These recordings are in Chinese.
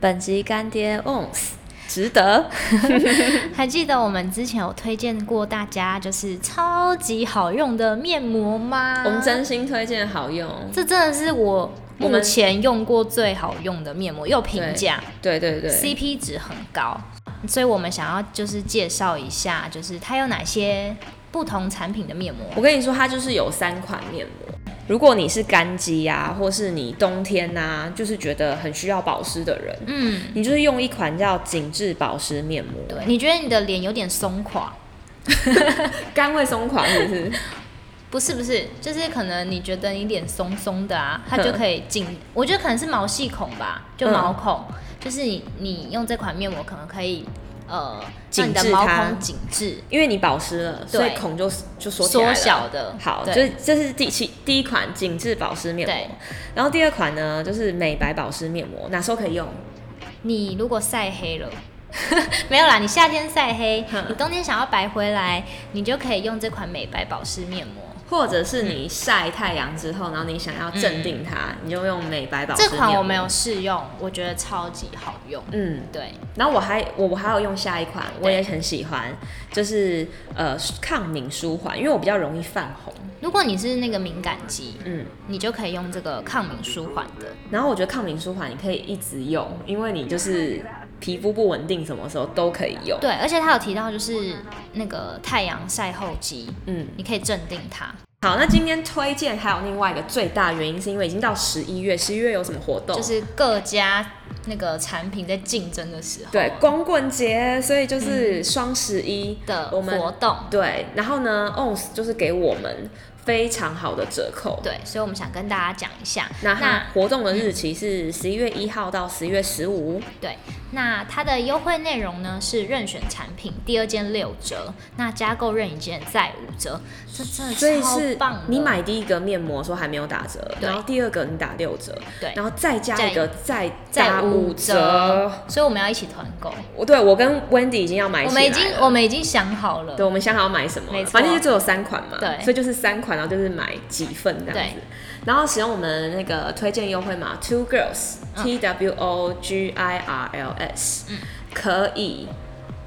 本集干爹 ONS 值得。还记得我们之前有推荐过大家就是超级好用的面膜吗？我们真心推荐好用，这真的是我我目们前用过最好用的面膜，又平价对对对，CP 值很高，所以我们想要就是介绍一下，就是它有哪些不同产品的面膜。我跟你说，它就是有三款面膜。如果你是干肌啊，或是你冬天呐、就是觉得很需要保湿的人，嗯，你就是用一款叫紧致保湿面膜，对，你觉得你的脸有点松垮？干会松垮是不 是？不是不是，就是可能你觉得你脸松松的啊，它嗯就可以紧。我觉得可能是毛细孔吧，就嗯毛孔，就是你你用这款面膜可能可以呃，让你紧的致毛它孔紧致因为你保湿了，所以对孔就就缩起来缩了。小的。好，对就是这是第七第一款紧致保湿面对膜，然后第二款呢就是美白保湿面膜，哪时候可以用？你如果晒黑了。 没有啦，你夏天晒黑，哼你冬天想要白回来，你就可以用这款美白保湿面膜。或者是你晒太阳之后，然后你想要镇定它，你就用美白保湿嗯这面膜。款我没有试用，我觉得超级好用。嗯，对，然后我还我我还有用下一款，我也很喜欢，就是呃抗敏舒缓，因为我比较容易泛红，如果你是那个敏感肌，嗯，你就可以用这个抗敏舒缓的。然后我觉得抗敏舒缓你可以一直用，因为你就是皮肤不稳定，什么时候都可以用，对，而且他有提到就是那个太阳晒后肌，嗯。你可以镇定它。好，那今天推荐还有另外一个最大原因，是因为已经到十一月，十一月有什么活动？就是各家那个产品在竞争的时候对光棍节，所以嗯就是双十一的我们活动，对，然后呢，ONS 就是给我们非常好的折扣。对，所以我们想跟大家讲一下。那它活动的日期嗯是十一月一号到十一月十五，对，那它的优惠内容呢是任选产品第二件六折，那加购任一件再五折，这真所的以超是棒的。你买第一个面膜说还没有打折，对然后第二个你打六折，对然后再加一个再再打五五折折。，所以我们要一起团购。我对我跟 Wendy 已经要买起我来们了，已经我们已经想好了对，，我们想好要买什么了没，错反正就只有三款嘛，对所以就是三款，然后就是买几份这样子对。然后使用我们那个推荐优惠码 Two Girls、嗯 T W O G I R L S，、可以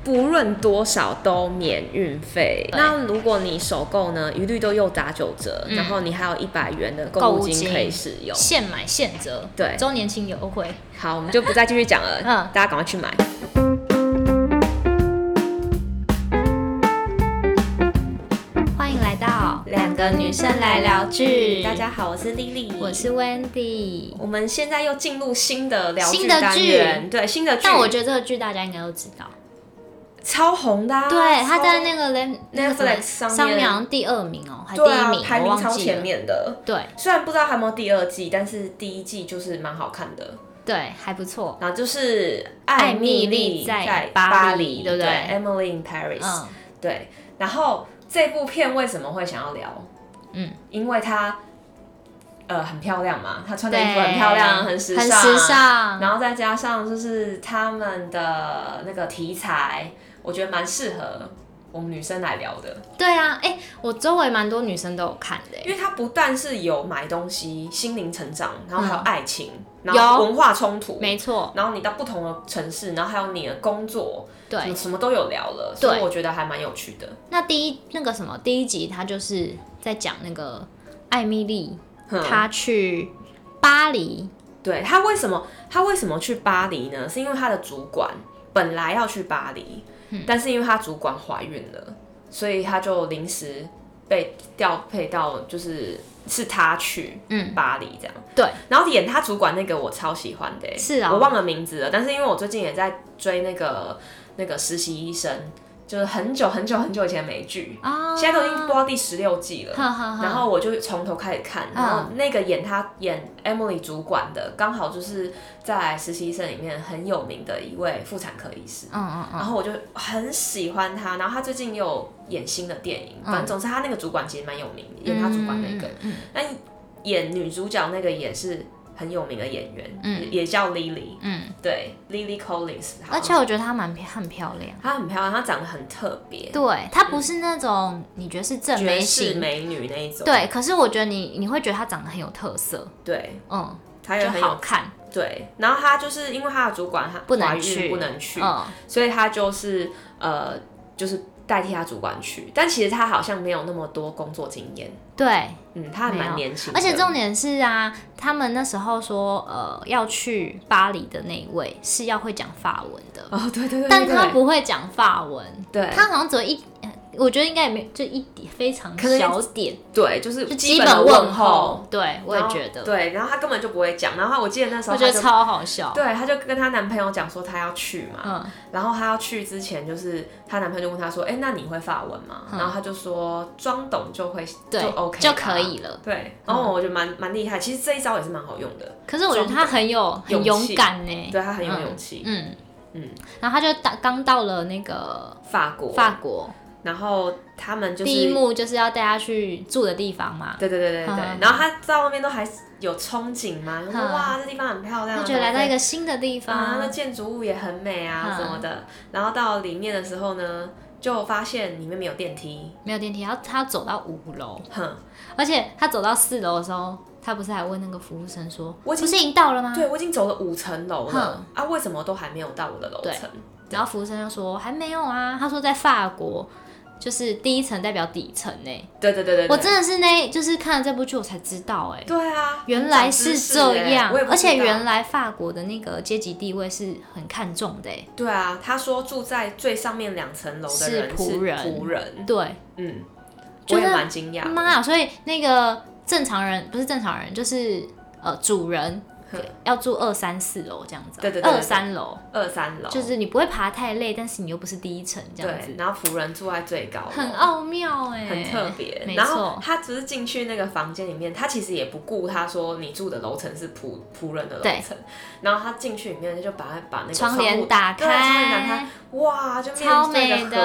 不论多少都免运费。对那如果你首购呢，一律都又打九折，嗯然后你还有一百元的购物金可以使 用。现买现折，对周年庆优惠。好，我们就不再继续讲了，嗯大家赶快去买。欢迎来到两个女生来聊剧大家好，我是丽丽，我是 Wendy。我们现在又进入新的聊剧新的单剧元，对新的剧，但我觉得这个剧大家应该都知道，超红的、啊，对，超他在那个 Lem- 那个什么 Netflix 上面上面好像第二名哦、还第对啊，一名，排我名超忘记前了。面的。对虽然不知道还有没有第二季，但是第一季就是蛮好看的。对，还不错。然后就是艾蜜蜜莉在在巴巴黎对对不对？Emily in Paris，、嗯，对。然后这部片为什么会想要聊？嗯，因为她呃很漂亮嘛，她穿的对，衣服很漂亮，很时尚，很时尚。然后再加上就是他们的那个题材，我觉得蛮适合我们女生来聊的，对啊，哎、我周围蛮多女生都有看的、因为它不但是有买东西、心灵成长，然后还有爱情，嗯然后有文化冲突，没错，然后你到不同的城市，然后还有你的工作，什么对。什么都有聊了，所以对我觉得还蛮有趣的。那第一那个什么第一集，他就是在讲那个艾米丽，哼她去巴黎，对他为什么他为什么去巴黎呢？是因为他的主管本来要去巴黎，嗯但是因为他主管怀孕了，所以他就临时被调配到，就是是他去嗯巴黎这样。对，然后演他主管那个我超喜欢的欸、是啊我忘了名字了，但是因为我最近也在追那个那个实习医生，就是很久很久很久以前的美剧，啊，现在都已经播到第十六季了。哈哈哈，然后我就从头开始看，嗯然后那个演他演 Emily 主管的，刚好就是在实习生里面很有名的一位妇产科医师。嗯嗯然嗯，后我就很喜欢他，然后他最近又有演新的电影，反正总之他那个主管其实蛮有名的，演他主管那个，嗯，但演女主角那个也是很有名的演员，也也叫 Lily，嗯，对，Lily Collins，好而且我觉得她蛮漂，很漂亮。她很漂亮，她长得很特别，对，她不是那种你觉得是正绝美世型，美女那一种，对。可是我觉得你你会觉得她长得很有特色，对，嗯，她也就哎很有好看。对，然后他就是因为他的主管他不怀能孕去，不能去，嗯，所以他就是呃就是代替他主管去，但其实他好像没有那么多工作经验，对，嗯，他还没蛮有年轻的，而且重点是啊，他们那时候说，呃，要去巴黎的那一位是要会讲法文的，哦对对对，但对他不会讲法文，对他好像只有一，呃我觉得应该也没就一点非常可能小点，对，就是就基本的问问候，。对，我也然后觉得，对，然后他根本就不会讲，然后我记得那时候我觉他得就超好笑。对，她就跟她男朋友讲说她要去嘛，嗯，然后她要去之前，就是她男朋友就问她说：“哎、那你会法文吗？”嗯然后她就说装懂就会，对就 OK 就吧可。以了。对，然嗯后我觉得蛮蛮厉害，其实这一招也是蛮好用的，可是我觉得他很有很勇勇气敢呢，对她很有嗯勇气。嗯嗯嗯，然后他就到刚到了那个法国，法国，然后他们就是第一幕就是要带他去住的地方嘛，对对对对对，嗯然后她到那边都还有憧憬嘛，就说嗯哇这地方很漂亮啊，他觉得来然后到一个新的地啊，那方，建筑物也很美啊嗯什么的。然后到里面的时候呢，就发现里面没有电梯，没有电梯，然后他走到五楼，哼，而且他走到四楼的时候，他不是还问那个服务生说，我已不经是已经到了吗？对，我已经走了五层楼嗯了，啊，为什么都还没有到我的楼层？然后服务生就说还没有啊，他说在法国。就是第一层代表底层呢、对对对对，对我真的是那，就是看了这部剧我才知道哎、对啊，原来长是知识这欸样我也，不而且知道原来法国的那个阶级地位是很看重的欸，对啊，他说住在最上面两层楼的是人是仆人仆人，对，嗯，觉我得也蛮惊讶的，妈呀！所以那个正常人不是正常人，就是呃主人哼要住二三四楼这样子啊，对对对对二三楼二三楼就是你不会爬太累，但是你又不是第一层这样对，子，然后仆人住在最高楼，很奥妙哎、很特别没。然后错，他只是进去那个房间里面，他其实也不顾他说你住的楼层是仆仆人的楼层，然后他进去里面就把把那个窗户帘打对窗帘打开开，，哇，就面超对着美河的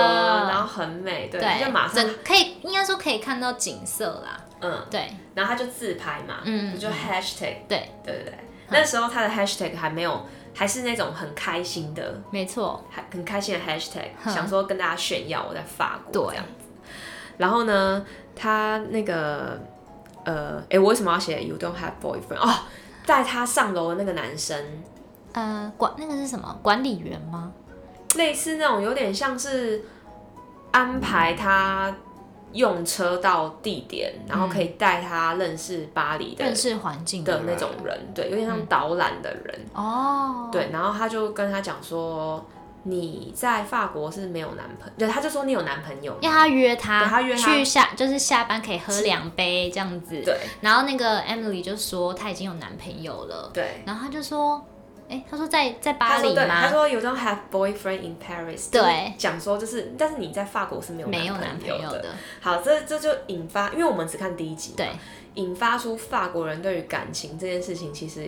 然后很美，对，他就马上整可以应该说可以看到景色啦，嗯，对然后他就自拍嘛，嗯不就 hashtag 对，嗯对对对，那时候他的 hashtag 还没有，还是那种很开心的，没错，还很开心的 hashtag，哼想说跟大家炫耀我在法国对这样子。然后呢，他那个呃，哎、我为什么要写 you don't have boyfriend？哦，带他上楼的那个男生，呃管那个是什么管理员吗？类似那种有点像是安排他用车到地点，然后可以带他认识巴黎的嗯认识环境的人那种人，对，有点嗯像导览的人。哦，对，然后他就跟他讲说，你在法国是没有男朋友，对，他就说你有男朋友吗，要他约他，对他约他去下就是下班可以喝两杯这样子。对然后那个 Emily 就说她已经有男朋友了，对。然后他就说，哎、她说在在他巴说黎对，他吗？说 you don't have boyfriend in Paris，就对，是讲说就是，但是你在法国是没有没有男男朋朋友友的。的，好，这这就引发，因为我们只看第一集，对，引发出法国人对于感情这件事情，其实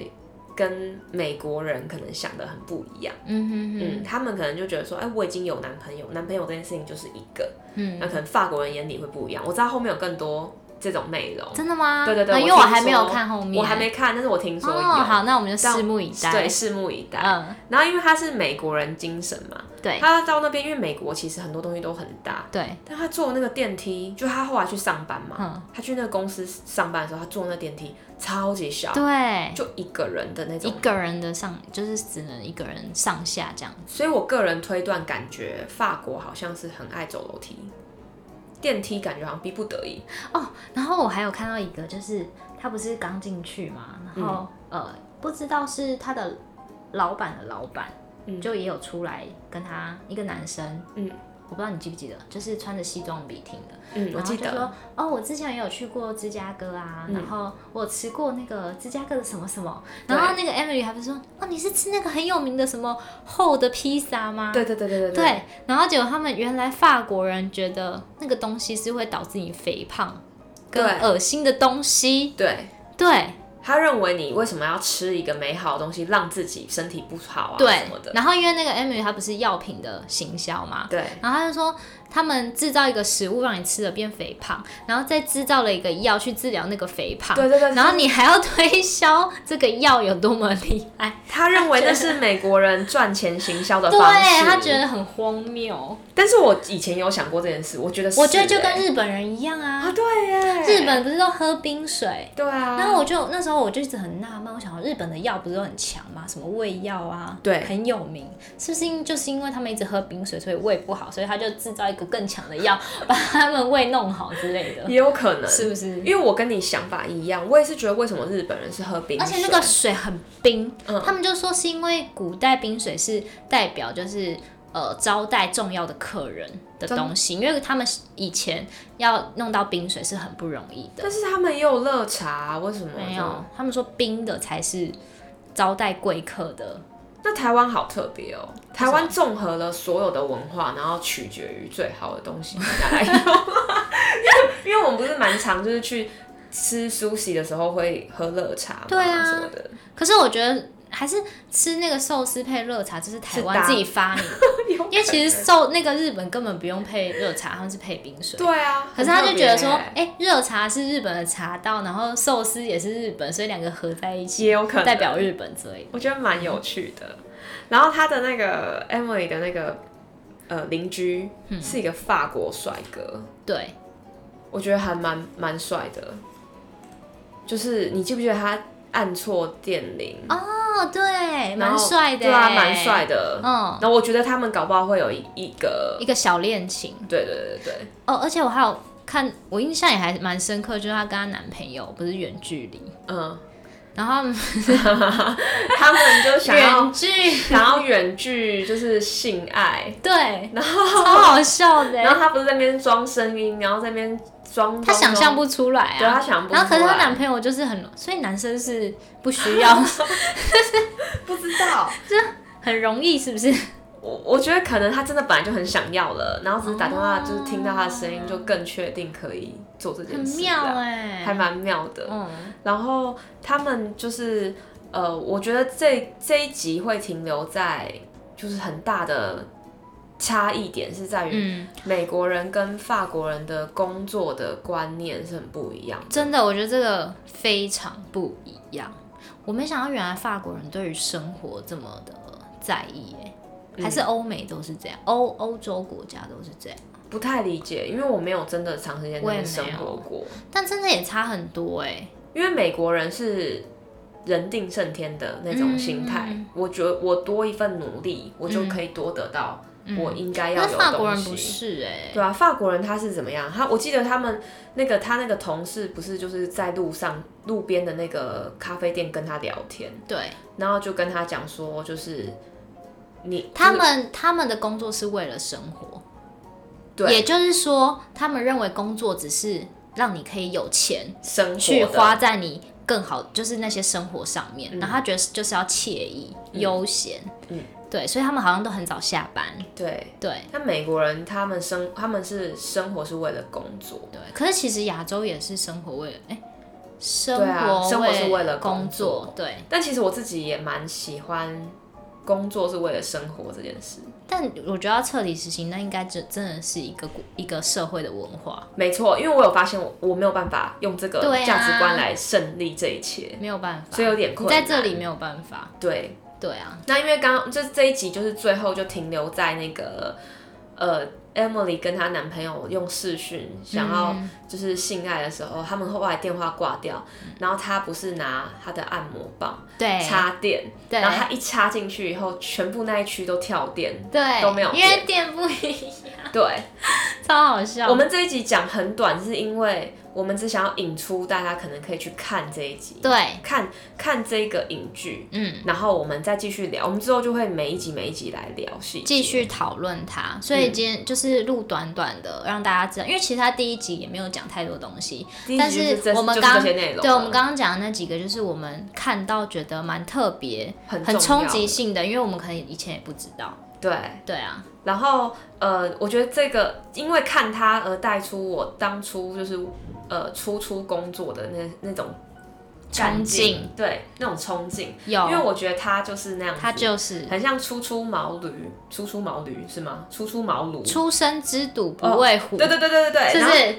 跟美国人可能想的很不一样。嗯哼哼，嗯，他们可能就觉得说，哎、我已经有男朋友，男朋友这件事情就是一个，嗯，那可能法国人眼里会不一样。我知道后面有更多这种内容，真的吗？对对对呃我因为我听还没有说看后面，我还没看，但是我听说有。哦，好，那我们就但拭目以待。对，拭目以待。嗯，然后，因为他是美国人精神嘛，对他到那边，因为美国其实很多东西都很大，嗯对，但他坐那个电梯，就他后来去上班嘛，嗯他去那个公司上班的时候，他坐那电梯超级小，对，就一个人的那一种。个人的上就是只能一个人上下这样，所以我个人推断，感觉法国好像是很爱走楼梯，电梯感觉好像逼不得已。然后我还有看到一个，就是他不是刚进去嘛，然后、嗯呃，不知道是他的老板的老板，嗯就也有出来跟他一个男生，嗯，我不知道你记不记得，就是穿着西装笔挺的，嗯，我然后记就得，说哦，我之前也有去过芝加哥啊，嗯然后我吃过那个芝加哥的什么什么，对然后那个 Emily 还不是说哦，你是吃那个很有名的什么厚的披萨吗？对对对对对对，然后结果他们原来法国人觉得那个东西是会导致你肥胖跟对恶心的东西，对，对他认为你为什么要吃一个美好的东西，让自己身体不好啊对什么的。然后因为那个 Emily 她不是药品的行销嘛，对，然后他就说他们制造一个食物让你吃了变肥胖，然后再制造了一个药去治疗那个肥胖，对对对然后你还要推销这个药有多么厉 害，他认为那是美国人赚钱行销的对方式。他觉得很荒谬，但是我以前有想过这件事，我觉得是我觉得就欸跟日本人一样啊啊，对耶，日本不是都喝冰水。对啊，然后我就那时候候我就一直很纳闷，我想日本的药不是都很强吗？什么胃药啊，对很有名，是不是因就是因为他们一直喝冰水，所以胃不好，所以他就制造一个更强的药，把他们胃弄好之类的，也有可能，是不是？因为我跟你想法一样，我也是觉得为什么日本人是喝冰水，而且那个水很冰，嗯他们就说是因为古代冰水是代表就是呃招待重要的客人的东西，因为他们以前要弄到冰水是很不容易的但。是他们也有热茶啊，为什么没有，他们说冰的才是招待贵客的。那台湾好特别哦，台湾综合了所有的文化，然后取决于最好的东西拿来用。 因为因为我们不是蛮常就是去吃苏西的时候会喝热茶嘛，对啊什么的，可是我觉得还是吃那个寿司配热茶，这是台是湾搭自己发 明的，因为其实寿那个日本根本不用配热茶，他们是配冰水。对啊，可是他就觉得说，很特别欸哎、热茶是日本的茶道，然后寿司也是日本，所以两个合在一起，也有可能代表日本之类的。我觉得蛮有趣的。然后他的那个 Emily 的那个呃邻居嗯是一个法国帅哥，对，我觉得还蛮蛮帅的。就是你记不记得他按错电铃？哦，对，然蛮后帅的，对啊，蛮帅的。的。嗯，然后我觉得他们搞不好会有一一个一，个小恋情对对对对对，哦，而且我还有看，我印象也还蛮深刻，就是她跟她男朋友不是远距离，嗯，然后他们他们就想要 远距，想要远距，就是性爱。对，然后超好笑的然后欸，他不是在那边装声音，然后在那边装，她想象不，不出来对他啊。想不出来，然后，可是她男朋友就是很，所以男生是不 需要，不知道。很容易，是不是？我我觉得可能他真的本来就很想要了，然后只是打电话就是听到他的声音，就更确定可以做这件很事，妙这样哎、还蛮妙的。嗯，然后他们就是呃，我觉得这这一集会停留在就是很大的差异点是在于嗯，美国人跟法国人的工作的观念是很不一样的。真的，我觉得这个非常不一样。我没想到原来法国人对于生活这么的在意、嗯欸，还是欧美都是这样，欧欧洲国家都是这样，不太理解，因为我没有真的长时间我也在没生有活过，但真的也差很多哎、因为美国人是。人定胜天的那种心态，嗯我觉得我多一份努力，我就可以多得到我应该要嗯有但的东西。法国人不是哎、对啊，法国人他是怎么样？他我记得他们那个他那个同事不是就是在路上路边的那个咖啡店跟他聊天，对然后就跟他讲说，就是你他们，他们的工作是为了生活，对也就是说，他们认为工作只是让你可以有钱，生活去的花在你更好，就是那些生活上面。然后他觉得就是要惬意、悠闲，嗯对，所以他们好像都很早下班，对。对那美国人他们生他们是生活是为了工作，对。可是其实亚洲也是生活为了，哎、生对啊活生活是为了工工作对。但其实我自己也蛮喜欢工作是为了生活这件事。但我觉得要彻底实行，那应该真真的是一个国一个社会的文化，没错，因为我有发现我我没有办法用这个对啊价值观来胜利这一切，没有办法，所以有点你困在难。这里没有办法，对，对啊，那因为刚刚就是这一集就是最后就停留在那个呃 Emily 跟她男朋友用视讯想要嗯就是性爱的时候，他们后来电话挂掉，然后她不是拿她的按摩棒对，插电，哎对然后她一插进去以后，全部那一区都跳电。对都没有因为店不一 样，对，超好笑。我们这一集讲很短，是因为我们只想要引出大家可能可以去看这一集，对，看看这个影剧，嗯。然后我们再继续聊，我们之后就会每一集每一集来聊细节继续讨论它，所嗯以今天就是录短短的，让大家知道，因为其实它第一集也没有讲太多东西，第一但集就是这我们就是刚这些内容对我了们刚刚讲的那几个，就是我们看到觉得蛮特别、很很重冲要击性的，因为我们可能以前也不知道。对，对啊，然后呃，我觉得这个因为看它而带出我当初就是呃初出工作的那那种冲干劲劲，对那种冲劲，因为有，我觉得它就是那样子，它就是很像初出茅驴，初出茅驴是吗？初出茅庐，出生之犊不哦畏虎，对对对对对对，是不是然后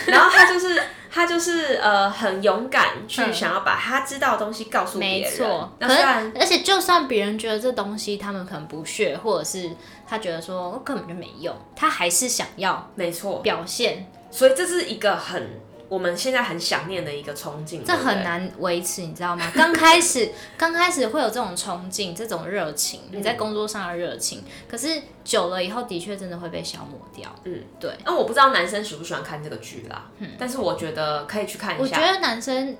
对，然后他就是他就是呃很勇敢去嗯想要把他知道的东西告诉别没人，错。那可虽是然而且就算别人觉得这东西他们可能不屑，或者是他觉得说哦根本就没用，他还是想要没错，表现。所以这是一个很，我们现在很想念的一个憧憬，这对不对很。难维持，你知道吗？ 刚开始，刚开始会有这种冲劲，这种热情，你在工作上的热情，可是久了以后，的确真的会被消磨掉。嗯，对。那我不知道男生喜不喜欢看这个剧啦，但是我觉得可以去看嗯我一觉下。得男生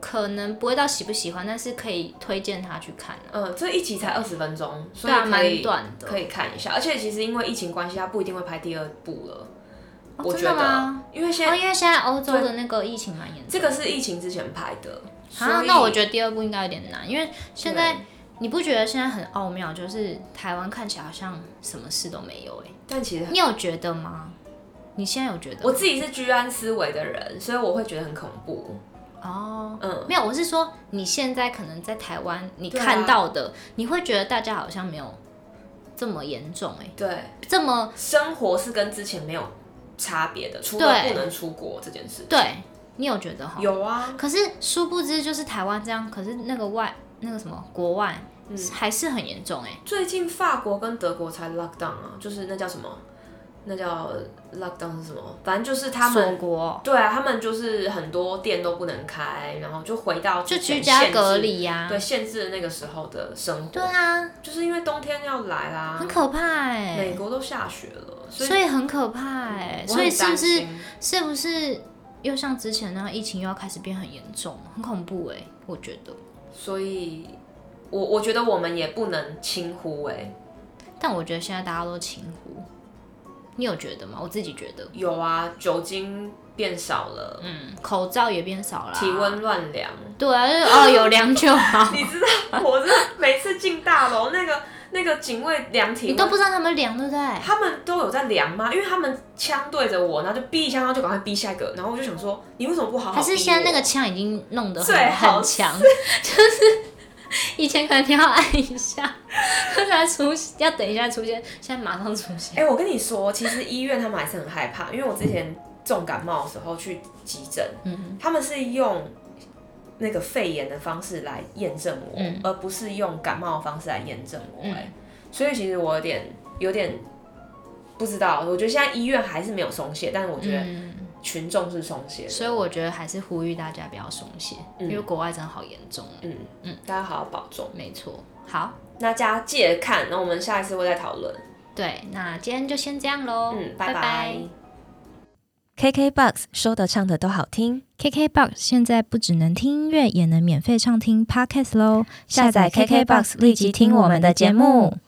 可能不会到喜不喜欢，但是可以推荐他去看啊。呃，这一集才二十分钟，所对以啊，可蛮以短的。可以看一下。而且其实因为疫情关系，他不一定会拍第二部了。哦我真觉的得吗，因为现哦，在因为现在欧洲的那个疫情蛮严重的。这个是疫情之前拍的，啊，所以那我觉得第二部应该有点难，因为现在对你不觉得现在很奥妙，就是台湾看起来好像什么事都没有哎、但其实你有觉得吗？你现在有觉得我吗？自己是居安思危的人，所以我会觉得很恐怖。哦，嗯，没有，我是说你现在可能在台湾你对啊看到的，你会觉得大家好像没有这么严重哎、对，这么生活是跟之前没有差别的，除了对不能出国这件事。对你有觉得哈？有啊，可是殊不知就是台湾这样，可是那个外那个什么国外、嗯还是很严重哎、最近法国跟德国才 lockdown 啊，就是那叫什么，那叫 lockdown 是什么？反正就是他锁们。国哦对啊，他们就是很多店都不能开，然后就回到就之前居家限制隔、离呀、对，限制那个时候的生活。对啊，就是因为冬天要来啦，很可怕哎、美国都下雪了，啊所以所以很可怕哎、我所以很是不担是心。是不是又像之前那样，疫情又要开始变很严重，很恐怖哎、我觉得。所以我我觉得我们也不能轻忽哎、但我觉得现在大家都轻忽，你有觉得吗？我自己觉得，有啊，酒精变少了，嗯，口罩也变少了，体温乱量。，对啊，就是哦有量就好 你知道，我真的每次进大楼，那个那个警卫量体你温，都不知道他们量对不对？他们都有在量吗？因为他们枪对着我，然后就逼一下，然后就赶快逼下一个，然后我就想说，你为什么不好好？还是现在那个？枪已经弄得很最好很强， 就是以前可能你要按一下， 它才出，要等一下出现，现在马上出现。哎、我跟你说，其实医院他们还是很害怕，因为我之前重感冒的时候去急诊，嗯他们是用那个肺炎的方式来验证我，嗯而不是用感冒的方式来验证我、嗯哎、所以其实我有点有点不知道，我觉得现在医院还是没有松懈，但是我觉得嗯，群众是松懈的，所以我觉得还是呼吁大家不要松懈，嗯因为国外真的好严重哦。嗯嗯，大家好好保重。没错，好，那大家记得看，那我们下一次会再讨论。对，那今天就先这样喽，嗯，哦拜拜拜 KKBOX 说的唱的都好听， KKBOX 现在不只能听音乐，也能免费畅听 Podcast 喽，下载 KKBOX 立即听我们的节目。